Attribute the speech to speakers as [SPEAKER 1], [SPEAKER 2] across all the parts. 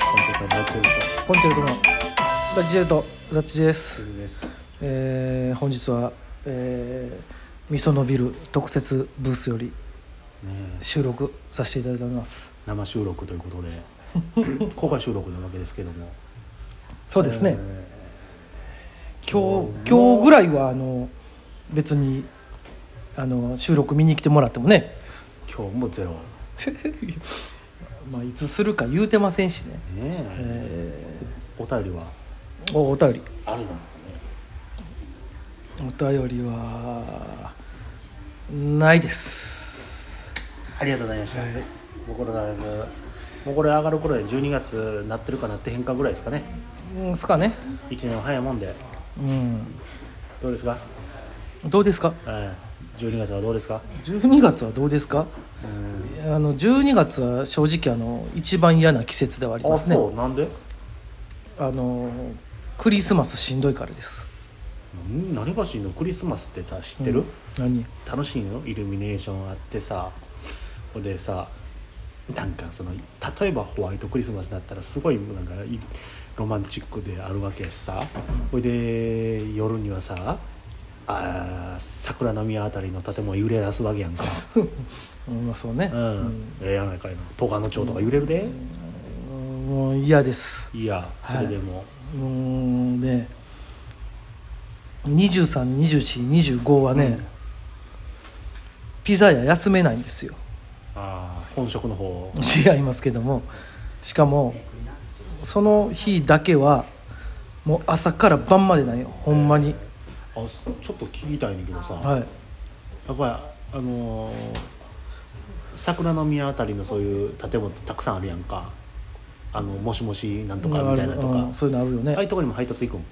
[SPEAKER 1] チェルト
[SPEAKER 2] コンチェルトのラジェルトラッチです、
[SPEAKER 1] です
[SPEAKER 2] えー本日は、えー、みそのビル特設ブースより
[SPEAKER 1] ねえ
[SPEAKER 2] 収録させていただいております
[SPEAKER 1] 生収録ということ で公開収録なわけですけども
[SPEAKER 2] そうですね、
[SPEAKER 1] え
[SPEAKER 2] 今
[SPEAKER 1] 今
[SPEAKER 2] 日
[SPEAKER 1] 日も
[SPEAKER 2] 今日ぐらいはあの別にあの収録見に来てもらっても ね
[SPEAKER 1] ー今日もゼロね
[SPEAKER 2] まあいつするか言うてませんしね、
[SPEAKER 1] え
[SPEAKER 2] え
[SPEAKER 1] お便りは
[SPEAKER 2] ーおお便り
[SPEAKER 1] ありますかね
[SPEAKER 2] お便りはないです
[SPEAKER 1] ありがとうございました、
[SPEAKER 2] はい
[SPEAKER 1] ご苦労様ですもうこれ上がる頃に12月なってるかなって変化ぐらいですかね
[SPEAKER 2] うんすかね
[SPEAKER 1] 1年早いもんで
[SPEAKER 2] うん
[SPEAKER 1] どうですか、
[SPEAKER 2] どうですか
[SPEAKER 1] ええ12月はどうですか
[SPEAKER 2] 12月はどうですか
[SPEAKER 1] うん
[SPEAKER 2] あの12月は正直あの一番嫌な季節ではあり
[SPEAKER 1] あ
[SPEAKER 2] ますね
[SPEAKER 1] そうなんで
[SPEAKER 2] あのクリスマスしんどいからです
[SPEAKER 1] 何何がしんのクリスマスってさ知ってる、
[SPEAKER 2] うん何
[SPEAKER 1] 楽しいのイルミネーションあってさほんでさなんかその例えばホワイトクリスマスだったらすごいなんかいロマンチックであるわけやしさほいで夜にはさあー桜の宮あたりの建物揺れ出すわけやんか、
[SPEAKER 2] うんまあそうね
[SPEAKER 1] うんええやないかいな戸川の町とか揺れるで、
[SPEAKER 2] うんもう嫌です
[SPEAKER 1] いやそれでも、
[SPEAKER 2] もうね232425はね、ピザ屋休めないんですよ
[SPEAKER 1] ああ本職の方
[SPEAKER 2] 違いますけどもしかもその日だけはもう朝から晩までなんよほんまに、
[SPEAKER 1] あそちょっと聞きたいねんだけどさ、
[SPEAKER 2] はい
[SPEAKER 1] やっぱりあのー桜の宮あたりのそういう建物ってたくさんあるやんかあのもしもしなんとかみたいなと
[SPEAKER 2] う
[SPEAKER 1] か
[SPEAKER 2] んそういうのあるよね、
[SPEAKER 1] ああいうところにも配達行くん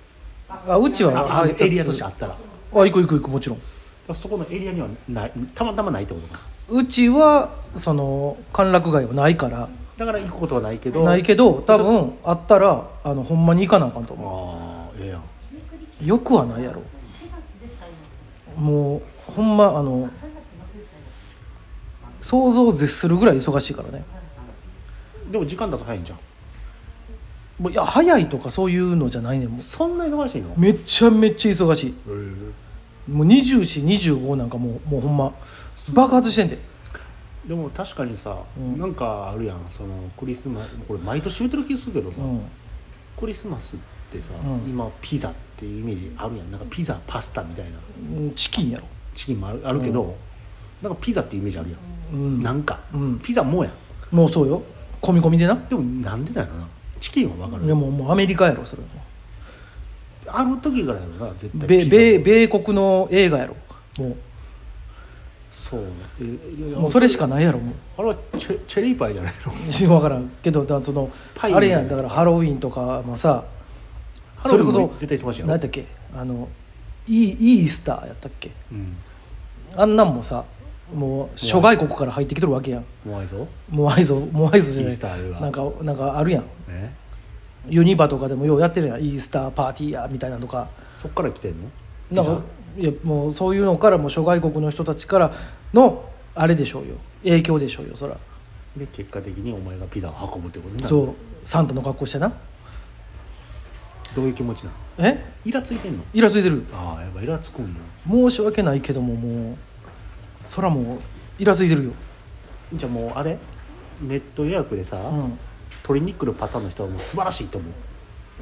[SPEAKER 2] あうちは
[SPEAKER 1] ああ
[SPEAKER 2] 配
[SPEAKER 1] の
[SPEAKER 2] 達
[SPEAKER 1] エリアとしてあったらだか
[SPEAKER 2] あ行く行く行くもちろん
[SPEAKER 1] らそこのエリアにはないたまたまないってことか
[SPEAKER 2] うちはその歓楽街はないから
[SPEAKER 1] だから行くことはないけど
[SPEAKER 2] ないけど多分あったらあのほんまに行かなあかんと思
[SPEAKER 1] ああええやん
[SPEAKER 2] うよくはないやろもうほんまあの想像を絶するぐらい忙しいからね
[SPEAKER 1] でも時間だと早いんじゃん
[SPEAKER 2] もういや早いとかそういうのじゃないねんもう
[SPEAKER 1] そんな忙しいの
[SPEAKER 2] めちゃめちゃ忙しい
[SPEAKER 1] えー
[SPEAKER 2] もう2425なんかもうもうほんま爆発してんで
[SPEAKER 1] でも確かにさ、
[SPEAKER 2] うん
[SPEAKER 1] なんかあるやんそのクリスマスこれ毎年言うてる気するけどさ、
[SPEAKER 2] うん
[SPEAKER 1] クリスマスってさ、
[SPEAKER 2] うん
[SPEAKER 1] 今ピザっていうイメージあるやんなんかピザパスタみたいな
[SPEAKER 2] うんチキンやろ
[SPEAKER 1] チキンもあるあるけど、なんかピザっていうイメージあるやん、
[SPEAKER 2] うん
[SPEAKER 1] なんか、
[SPEAKER 2] うん
[SPEAKER 1] ピザもやん
[SPEAKER 2] もうそうよ込み込みでな
[SPEAKER 1] でもなんでだよなチキンは分か
[SPEAKER 2] いや
[SPEAKER 1] る
[SPEAKER 2] もうもうアメリカやろそれ
[SPEAKER 1] ある時からやろな絶対
[SPEAKER 2] 米
[SPEAKER 1] ピザ
[SPEAKER 2] 米米国の映画やろも
[SPEAKER 1] そうえいうや
[SPEAKER 2] もうそれしかないやろもう
[SPEAKER 1] あれはチェチェリーパイじゃないの
[SPEAKER 2] 分からんけどだその
[SPEAKER 1] パイ
[SPEAKER 2] あれやんだからハロウィンとかもさそれこ
[SPEAKER 1] ハロウィンも
[SPEAKER 2] そ
[SPEAKER 1] 絶対忙しいやろ
[SPEAKER 2] 何やったっけあのイーイースターやったっけ
[SPEAKER 1] うん
[SPEAKER 2] あんなんもさもう諸外国から入ってきてるわけやん
[SPEAKER 1] もうあいぞ
[SPEAKER 2] モアイ像モアイ像じゃな
[SPEAKER 1] イースターあるわ
[SPEAKER 2] いなんかなんかあるやん
[SPEAKER 1] ね
[SPEAKER 2] ユニバとかでもようやってるやんイースターパーティーやみたいなのとか
[SPEAKER 1] そっから来てんのピ
[SPEAKER 2] な
[SPEAKER 1] ザ
[SPEAKER 2] んかいやもうそういうのからもう諸外国の人たちからのあれでしょうよ影響でしょうよそら
[SPEAKER 1] で結果的にお前がピザを運ぶってことになる
[SPEAKER 2] そうサンタの格好してな
[SPEAKER 1] どういう気持ちなの
[SPEAKER 2] え
[SPEAKER 1] イラついてんの
[SPEAKER 2] イラついてる
[SPEAKER 1] ああやっぱイラつくんよ
[SPEAKER 2] 申し訳ないけどももうそらもうイラついてるよ、
[SPEAKER 1] じゃあもうあれネット予約でさ、
[SPEAKER 2] う、
[SPEAKER 1] 取りに来るパターンの人はもう素晴らしいと思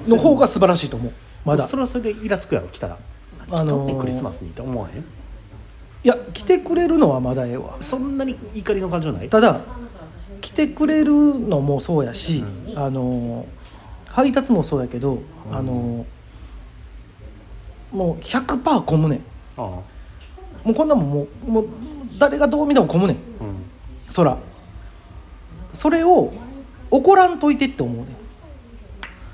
[SPEAKER 1] うん
[SPEAKER 2] の方が素晴らしいと思うまだ
[SPEAKER 1] それはそれでイラつくやろ来たら
[SPEAKER 2] あ
[SPEAKER 1] 来と
[SPEAKER 2] のー
[SPEAKER 1] んねんクリスマスにって思わへん
[SPEAKER 2] いや来てくれるのはまだええわ
[SPEAKER 1] そんなに怒りの感情ない
[SPEAKER 2] ただ来てくれるのもそうやし、あの配達もそうやけど、あのもう100%混むねん
[SPEAKER 1] ああ
[SPEAKER 2] もうこんなもんもうもう誰がどう見ても混むねん
[SPEAKER 1] うん
[SPEAKER 2] そらそれを怒らんといてって思うねん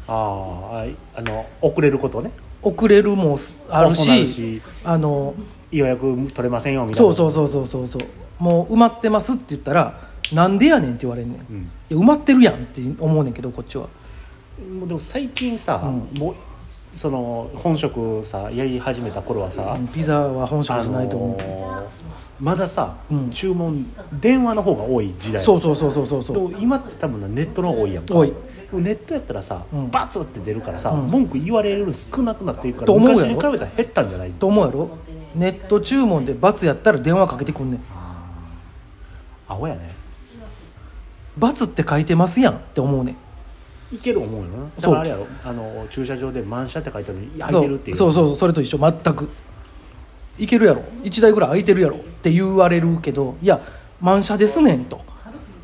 [SPEAKER 1] あああいあの遅れることね
[SPEAKER 2] 遅れるもすある
[SPEAKER 1] 遅な
[SPEAKER 2] し
[SPEAKER 1] るし
[SPEAKER 2] あの
[SPEAKER 1] 予約取れませんよみたい
[SPEAKER 2] そう
[SPEAKER 1] な
[SPEAKER 2] そう
[SPEAKER 1] う
[SPEAKER 2] そうそうそうそうもう埋まってますって言ったらなんでやねんって言われんねん、
[SPEAKER 1] う
[SPEAKER 2] い
[SPEAKER 1] ん
[SPEAKER 2] や埋まってるやんって思うねんけどこっちは
[SPEAKER 1] もうでも最近さ、
[SPEAKER 2] うん
[SPEAKER 1] もうその本職さやり始めた頃はさ、
[SPEAKER 2] うんピザは本職じゃないと思うけど、
[SPEAKER 1] あのーまださ、
[SPEAKER 2] うん
[SPEAKER 1] 注文電話の方が多い時代
[SPEAKER 2] そうそうそうそうそうそう
[SPEAKER 1] と今って多分なネットの方が多いやんか
[SPEAKER 2] 多い
[SPEAKER 1] ネットやったらさ、
[SPEAKER 2] うん
[SPEAKER 1] バツって出るからさ、
[SPEAKER 2] うん
[SPEAKER 1] 文句言われる少なくなっていくから
[SPEAKER 2] と思うやろ
[SPEAKER 1] 昔に比べたら減ったんじゃない
[SPEAKER 2] と思うやろネット注文で罰やったら電話かけてくんねん
[SPEAKER 1] 青やね
[SPEAKER 2] 罰って書いてますやんって思うねん
[SPEAKER 1] いける思うよなだか
[SPEAKER 2] そう
[SPEAKER 1] らあれやろあの駐車場で満車って書いてあるのに空い
[SPEAKER 2] そ
[SPEAKER 1] てるっていう
[SPEAKER 2] うそうそうそうそれと一緒全くいけるやろ1台ぐらい空いてるやろって言われるけどいや満車ですねんと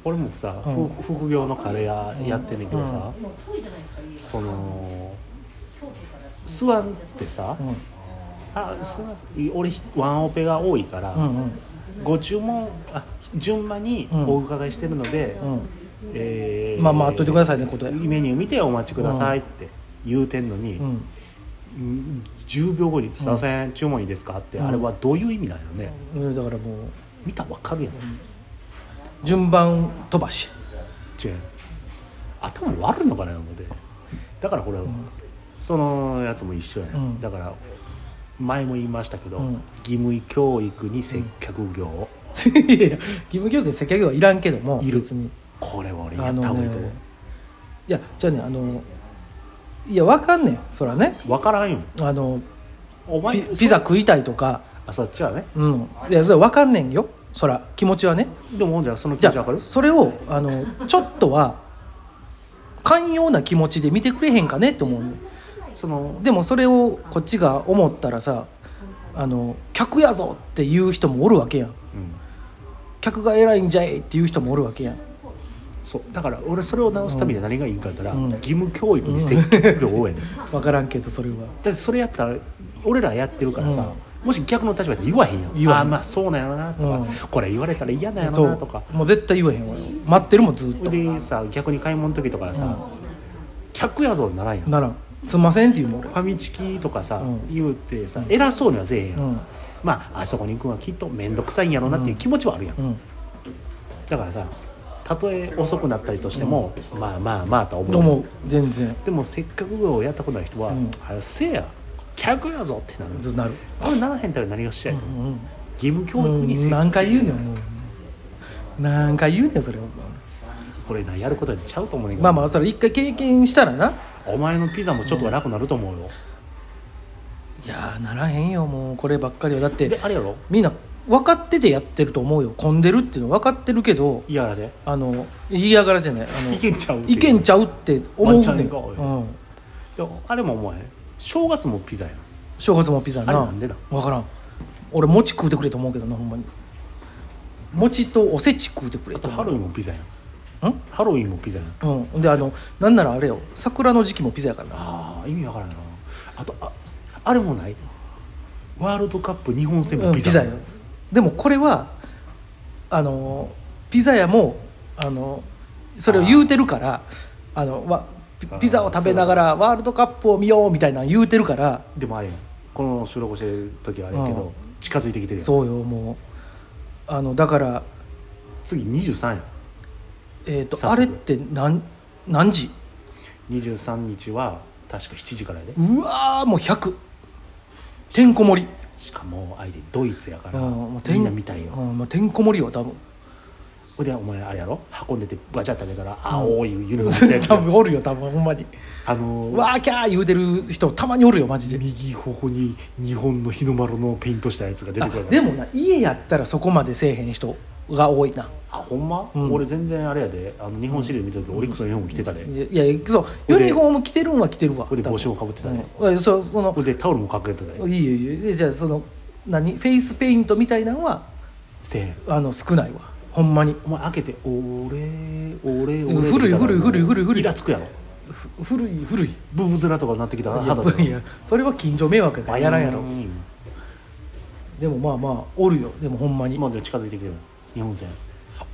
[SPEAKER 1] 俺もさ、ふ
[SPEAKER 2] うん
[SPEAKER 1] 副業のカレー屋やってんねんけどさ、
[SPEAKER 3] もう遠いじゃないですか家
[SPEAKER 1] その
[SPEAKER 3] 京都から
[SPEAKER 1] スワンってさ、
[SPEAKER 2] うん
[SPEAKER 1] あすみません俺ワンオペが多いから、
[SPEAKER 2] うんうん
[SPEAKER 1] ご注文あ順番に
[SPEAKER 2] うん
[SPEAKER 1] お伺いしてるので、
[SPEAKER 2] うん
[SPEAKER 1] え
[SPEAKER 2] まあまあ待っといてくださいねことや
[SPEAKER 1] メニュー見てお待ちくださいって言うてんのに、
[SPEAKER 2] う
[SPEAKER 1] う
[SPEAKER 2] ん
[SPEAKER 1] ん10秒後に「すいません注文いいですか?」って、
[SPEAKER 2] うん
[SPEAKER 1] あれはどういう意味なのね
[SPEAKER 2] うんだからもう
[SPEAKER 1] 見たらわかるやん、
[SPEAKER 2] 順番飛ばし
[SPEAKER 1] 違う頭悪いのかなのでだからこれは、そのやつも一緒やね、
[SPEAKER 2] うん
[SPEAKER 1] だから前も言いましたけど、
[SPEAKER 2] うん
[SPEAKER 1] 義務教育に接客業、
[SPEAKER 2] いやいや義務教育接客業はいらんけども
[SPEAKER 1] いる
[SPEAKER 2] 別に
[SPEAKER 1] これは俺や
[SPEAKER 2] あ
[SPEAKER 1] った
[SPEAKER 2] の
[SPEAKER 1] 方がいいと思
[SPEAKER 2] ねいやじゃあねあのいやわかんねんそらね
[SPEAKER 1] うわからんよ
[SPEAKER 2] あの
[SPEAKER 1] お前
[SPEAKER 2] ピピザ
[SPEAKER 1] そ
[SPEAKER 2] 食いたいとか
[SPEAKER 1] あそっちはね
[SPEAKER 2] うんいやそれわかんねんよそら気持ちはね
[SPEAKER 1] でもじゃあその気
[SPEAKER 2] じ
[SPEAKER 1] 持ちわ
[SPEAKER 2] ゃ
[SPEAKER 1] か
[SPEAKER 2] あ
[SPEAKER 1] る
[SPEAKER 2] それをあのちょっとは寛容な気持ちで見てくれへんかねって思うね
[SPEAKER 1] その
[SPEAKER 2] でもそれをこっちが思ったらさあの客やぞっていう人もおるわけやん
[SPEAKER 1] うん
[SPEAKER 2] 客が偉いんじゃいっていう人もおるわけやん
[SPEAKER 1] そうだから俺それを直すためには何がいいかって言ったら、
[SPEAKER 2] うん
[SPEAKER 1] 義務教育に接客業多いね、ん、だ
[SPEAKER 2] 分からんけどそれは
[SPEAKER 1] ってそれやったら俺らやってるからさ、もし逆の立場やったら言わへんよ
[SPEAKER 2] 言わへん
[SPEAKER 1] ああまあそうなんやろなとか、
[SPEAKER 2] うん
[SPEAKER 1] これ言われたら嫌なんやろ
[SPEAKER 2] そ
[SPEAKER 1] なとか
[SPEAKER 2] うもう絶対言わへんわ待ってるもんずっと
[SPEAKER 1] でさ逆に買い物の時とかさ、客やぞならんやんフ
[SPEAKER 2] ならんすんませんって言うもん俺
[SPEAKER 1] ァミチキとかさ、
[SPEAKER 2] うん
[SPEAKER 1] 言うってさ偉そうにはせえへんやん、
[SPEAKER 2] うん
[SPEAKER 1] まああそこに行くのはきっと面倒くさいんやろうなっていう気持ちはあるやん、
[SPEAKER 2] うん
[SPEAKER 1] だからさたとえ遅くなったりとしても、まあまあまあとは思う
[SPEAKER 2] 思う全然
[SPEAKER 1] でもせっかく業をやったことない人は
[SPEAKER 2] うん
[SPEAKER 1] 「はよせえや客やぞ」ってなる
[SPEAKER 2] ずっとなる
[SPEAKER 1] これならへんたら何がしたいと
[SPEAKER 2] うんうん
[SPEAKER 1] 義務教育にせ
[SPEAKER 2] 何回言うねんもう何回言うねんそれは
[SPEAKER 1] これなやることにちゃうと思うねんけど
[SPEAKER 2] まあまあそれ一回経験したらな
[SPEAKER 1] お前のピザもちょっとは楽になると思うよ、
[SPEAKER 2] いやーならへんよもうこればっかりはだっ
[SPEAKER 1] で
[SPEAKER 2] て
[SPEAKER 1] あれやろ
[SPEAKER 2] みんな分かっててやってると思うよ混んでるっていうの分かってるけど
[SPEAKER 1] いやあれ
[SPEAKER 2] あの言いやがらじゃないあの
[SPEAKER 1] いけんちゃうっていう
[SPEAKER 2] いけんちゃうって思う
[SPEAKER 1] ワンチャン
[SPEAKER 2] ね
[SPEAKER 1] い
[SPEAKER 2] ん、
[SPEAKER 1] こう
[SPEAKER 2] うん、
[SPEAKER 1] いやあれも思わへん正月もピザやん
[SPEAKER 2] 正月もピザやな
[SPEAKER 1] あれなんでなん
[SPEAKER 2] 分からん俺餅食うてくれと思うけどなほんまに餅とおせち食うてくれ
[SPEAKER 1] あと
[SPEAKER 2] と
[SPEAKER 1] ハ
[SPEAKER 2] 思う
[SPEAKER 1] ロウィンもピザやん
[SPEAKER 2] うん
[SPEAKER 1] ハロウィンもピザやん
[SPEAKER 2] うん、であのなんならあれよ桜の時期もピザやからな
[SPEAKER 1] あー意味わからんなあとああれもないワールドカップ日本戦も
[SPEAKER 2] うん
[SPEAKER 1] ピ
[SPEAKER 2] ピ
[SPEAKER 1] ザ
[SPEAKER 2] ザ
[SPEAKER 1] やん、
[SPEAKER 2] よでもこれはあのピザ屋もあのそれを言うてるからあのわピ
[SPEAKER 1] あー
[SPEAKER 2] ピザを食べながらワールドカップを見ようみたいなの言うてるから
[SPEAKER 1] でもあれやんこの収録してる時はあれやけ
[SPEAKER 2] う
[SPEAKER 1] ど
[SPEAKER 2] ん
[SPEAKER 1] 近づいてきてるやん
[SPEAKER 2] そうよもうあのだから、
[SPEAKER 1] 次23やん
[SPEAKER 2] えー、と
[SPEAKER 1] 早速
[SPEAKER 2] あれって何何時
[SPEAKER 1] 23日は確か7時からやで
[SPEAKER 2] うわーもう100てんこ盛り
[SPEAKER 1] しかも相手ドイツやから
[SPEAKER 2] うんもうて
[SPEAKER 1] みんな見たいよ
[SPEAKER 2] うんもうてんこ盛りよ多分
[SPEAKER 1] ほんでお前あれやろ運んでてバチャってあげたら青いユニフォーム着てるやつ
[SPEAKER 2] 多分おるよ多分ほんまに
[SPEAKER 1] あのー
[SPEAKER 2] わーキャー言うてる人たまにおるよマジで
[SPEAKER 1] 右頬に日本の日の丸のペイントしたやつが出て
[SPEAKER 2] あ
[SPEAKER 1] くるから
[SPEAKER 2] でもな家やったらそこまでせえへん人が多いな
[SPEAKER 1] あほんま、
[SPEAKER 2] うん
[SPEAKER 1] 俺全然あれやであの日本シリーズ見た時オリックスのユニフォーム着てたで、
[SPEAKER 2] いやいやそうユニフォーム着てるんは着てるわ
[SPEAKER 1] これで
[SPEAKER 2] 多分
[SPEAKER 1] 帽子もかぶってたね
[SPEAKER 2] うんいやそうその
[SPEAKER 1] ほんでタオルもかけてたで
[SPEAKER 2] いいよいいよいやじゃあその何フェイスペイントみたいなのは
[SPEAKER 1] せえ
[SPEAKER 2] あの少ないわほんまに
[SPEAKER 1] お前開けて「俺俺俺」って
[SPEAKER 2] 古い
[SPEAKER 1] 言ったら
[SPEAKER 2] 古い古い古い古い
[SPEAKER 1] イラつくやろ
[SPEAKER 2] ふ古い古いい
[SPEAKER 1] ブブゼラとかになってきたら
[SPEAKER 2] や
[SPEAKER 1] 肌
[SPEAKER 2] いやそれは近所迷惑やからやらんやろ
[SPEAKER 1] うん
[SPEAKER 2] でもまあまあおるよでもほんまに
[SPEAKER 1] 今で近づいてきてる日本戦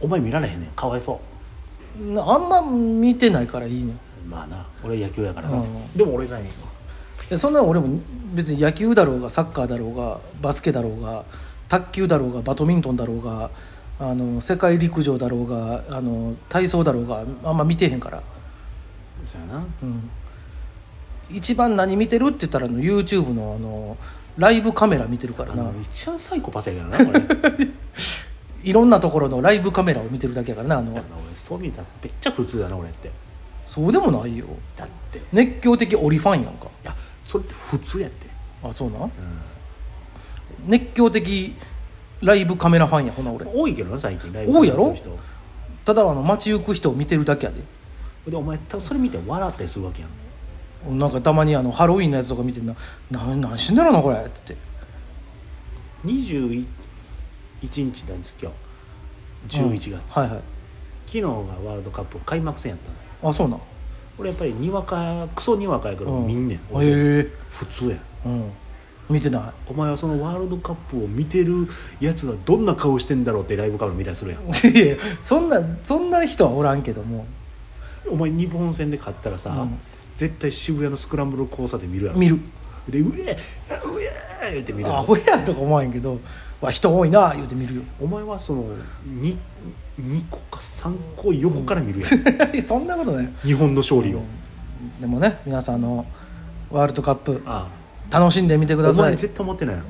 [SPEAKER 1] お前見られへんねんかわいそ
[SPEAKER 2] なあんま見てないからいいねん
[SPEAKER 1] うまあな俺野球やからな、
[SPEAKER 2] うん
[SPEAKER 1] でも俺ないねん
[SPEAKER 2] いやそんなの俺も別に野球だろうがサッカーだろうがバスケだろうが卓球だろうがバドミントンだろうがあの世界陸上だろうがあの体操だろうがあんま見てへんから、
[SPEAKER 1] そうやな
[SPEAKER 2] うん、一番何見てるって言ったらあの YouTube のあのライブカメラ見てるから
[SPEAKER 1] あ
[SPEAKER 2] な
[SPEAKER 1] の一番サイコパスや けどな俺
[SPEAKER 2] いろんなところのライブカメラを見てるだけやからなあの
[SPEAKER 1] 俺そう見たらめっちゃ普通やな俺って
[SPEAKER 2] そうでもないよ
[SPEAKER 1] だってい
[SPEAKER 2] 熱狂的オリファンやんか
[SPEAKER 1] やそれって普通やって
[SPEAKER 2] あそうなん
[SPEAKER 1] う
[SPEAKER 2] 熱狂的ライブカメラファンやほな俺
[SPEAKER 1] ん多いけどな最近ライ
[SPEAKER 2] 多いやろ
[SPEAKER 1] 行ってる
[SPEAKER 2] ただあの街行く人を見てるだけやで
[SPEAKER 1] 人でお前たそれ見て笑ったりするわけやん
[SPEAKER 2] なんかたまにあのハロウィンのやつとか見てな「な何してんだろうなこれ」って言って
[SPEAKER 1] 21日なんです今日11月、
[SPEAKER 2] うんはいはい
[SPEAKER 1] 昨日がワールドカップ開幕戦やったのよ
[SPEAKER 2] あそうなん
[SPEAKER 1] 俺やっぱりにわかクソにわかやから
[SPEAKER 2] う
[SPEAKER 1] 見んねん、
[SPEAKER 2] へえ
[SPEAKER 1] 普通やん
[SPEAKER 2] うん見てない
[SPEAKER 1] お前はそのワールドカップを見てるやつがどんな顔してんだろうってライブカメラ見たりするやん
[SPEAKER 2] いやいやそんなそんな人はおらんけども
[SPEAKER 1] お前日本戦で勝ったらさ、
[SPEAKER 2] うん
[SPEAKER 1] 絶対渋谷のスクランブル交差点見るやん
[SPEAKER 2] 見る
[SPEAKER 1] でうえうえ言って見るやん
[SPEAKER 2] アホやとか思わへんけどわ人多いな言うて見るよ
[SPEAKER 1] お前はその 2, 2個か3個横から見るや ん、
[SPEAKER 2] そんなことない
[SPEAKER 1] 日本の勝利を、
[SPEAKER 2] でもね皆さんあのワールドカップ
[SPEAKER 1] ああ
[SPEAKER 2] 楽しんでみてくだ
[SPEAKER 1] お
[SPEAKER 2] さ
[SPEAKER 1] 前
[SPEAKER 2] い
[SPEAKER 1] 絶対思ってないやろ